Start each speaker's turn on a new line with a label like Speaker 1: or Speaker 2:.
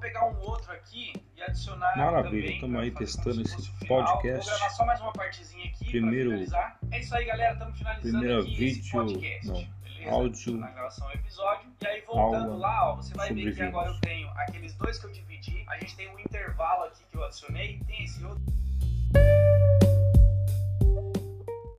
Speaker 1: pegar um outro aqui e adicionar.
Speaker 2: Maravilha,
Speaker 1: também
Speaker 2: estamos
Speaker 1: pra
Speaker 2: aí
Speaker 1: fazer
Speaker 2: testando
Speaker 1: como se
Speaker 2: esse
Speaker 1: fosse o final.
Speaker 2: podcast.
Speaker 1: Vou gravar só mais uma partezinha aqui
Speaker 2: Primeiro-
Speaker 1: pra finalizar. É isso aí, galera. Estamos finalizando
Speaker 2: primeira
Speaker 1: aqui esse
Speaker 2: vídeo-
Speaker 1: podcast.
Speaker 2: não,
Speaker 1: beleza?
Speaker 2: áudio-
Speaker 1: Na gravação do episódio. E aí, voltando
Speaker 2: Aula
Speaker 1: lá, ó, você vai
Speaker 2: sobre
Speaker 1: ver que
Speaker 2: vírus.
Speaker 1: agora eu tenho aqueles dois que eu dividi. A gente tem um intervalo aqui que eu adicionei. Tem esse outro.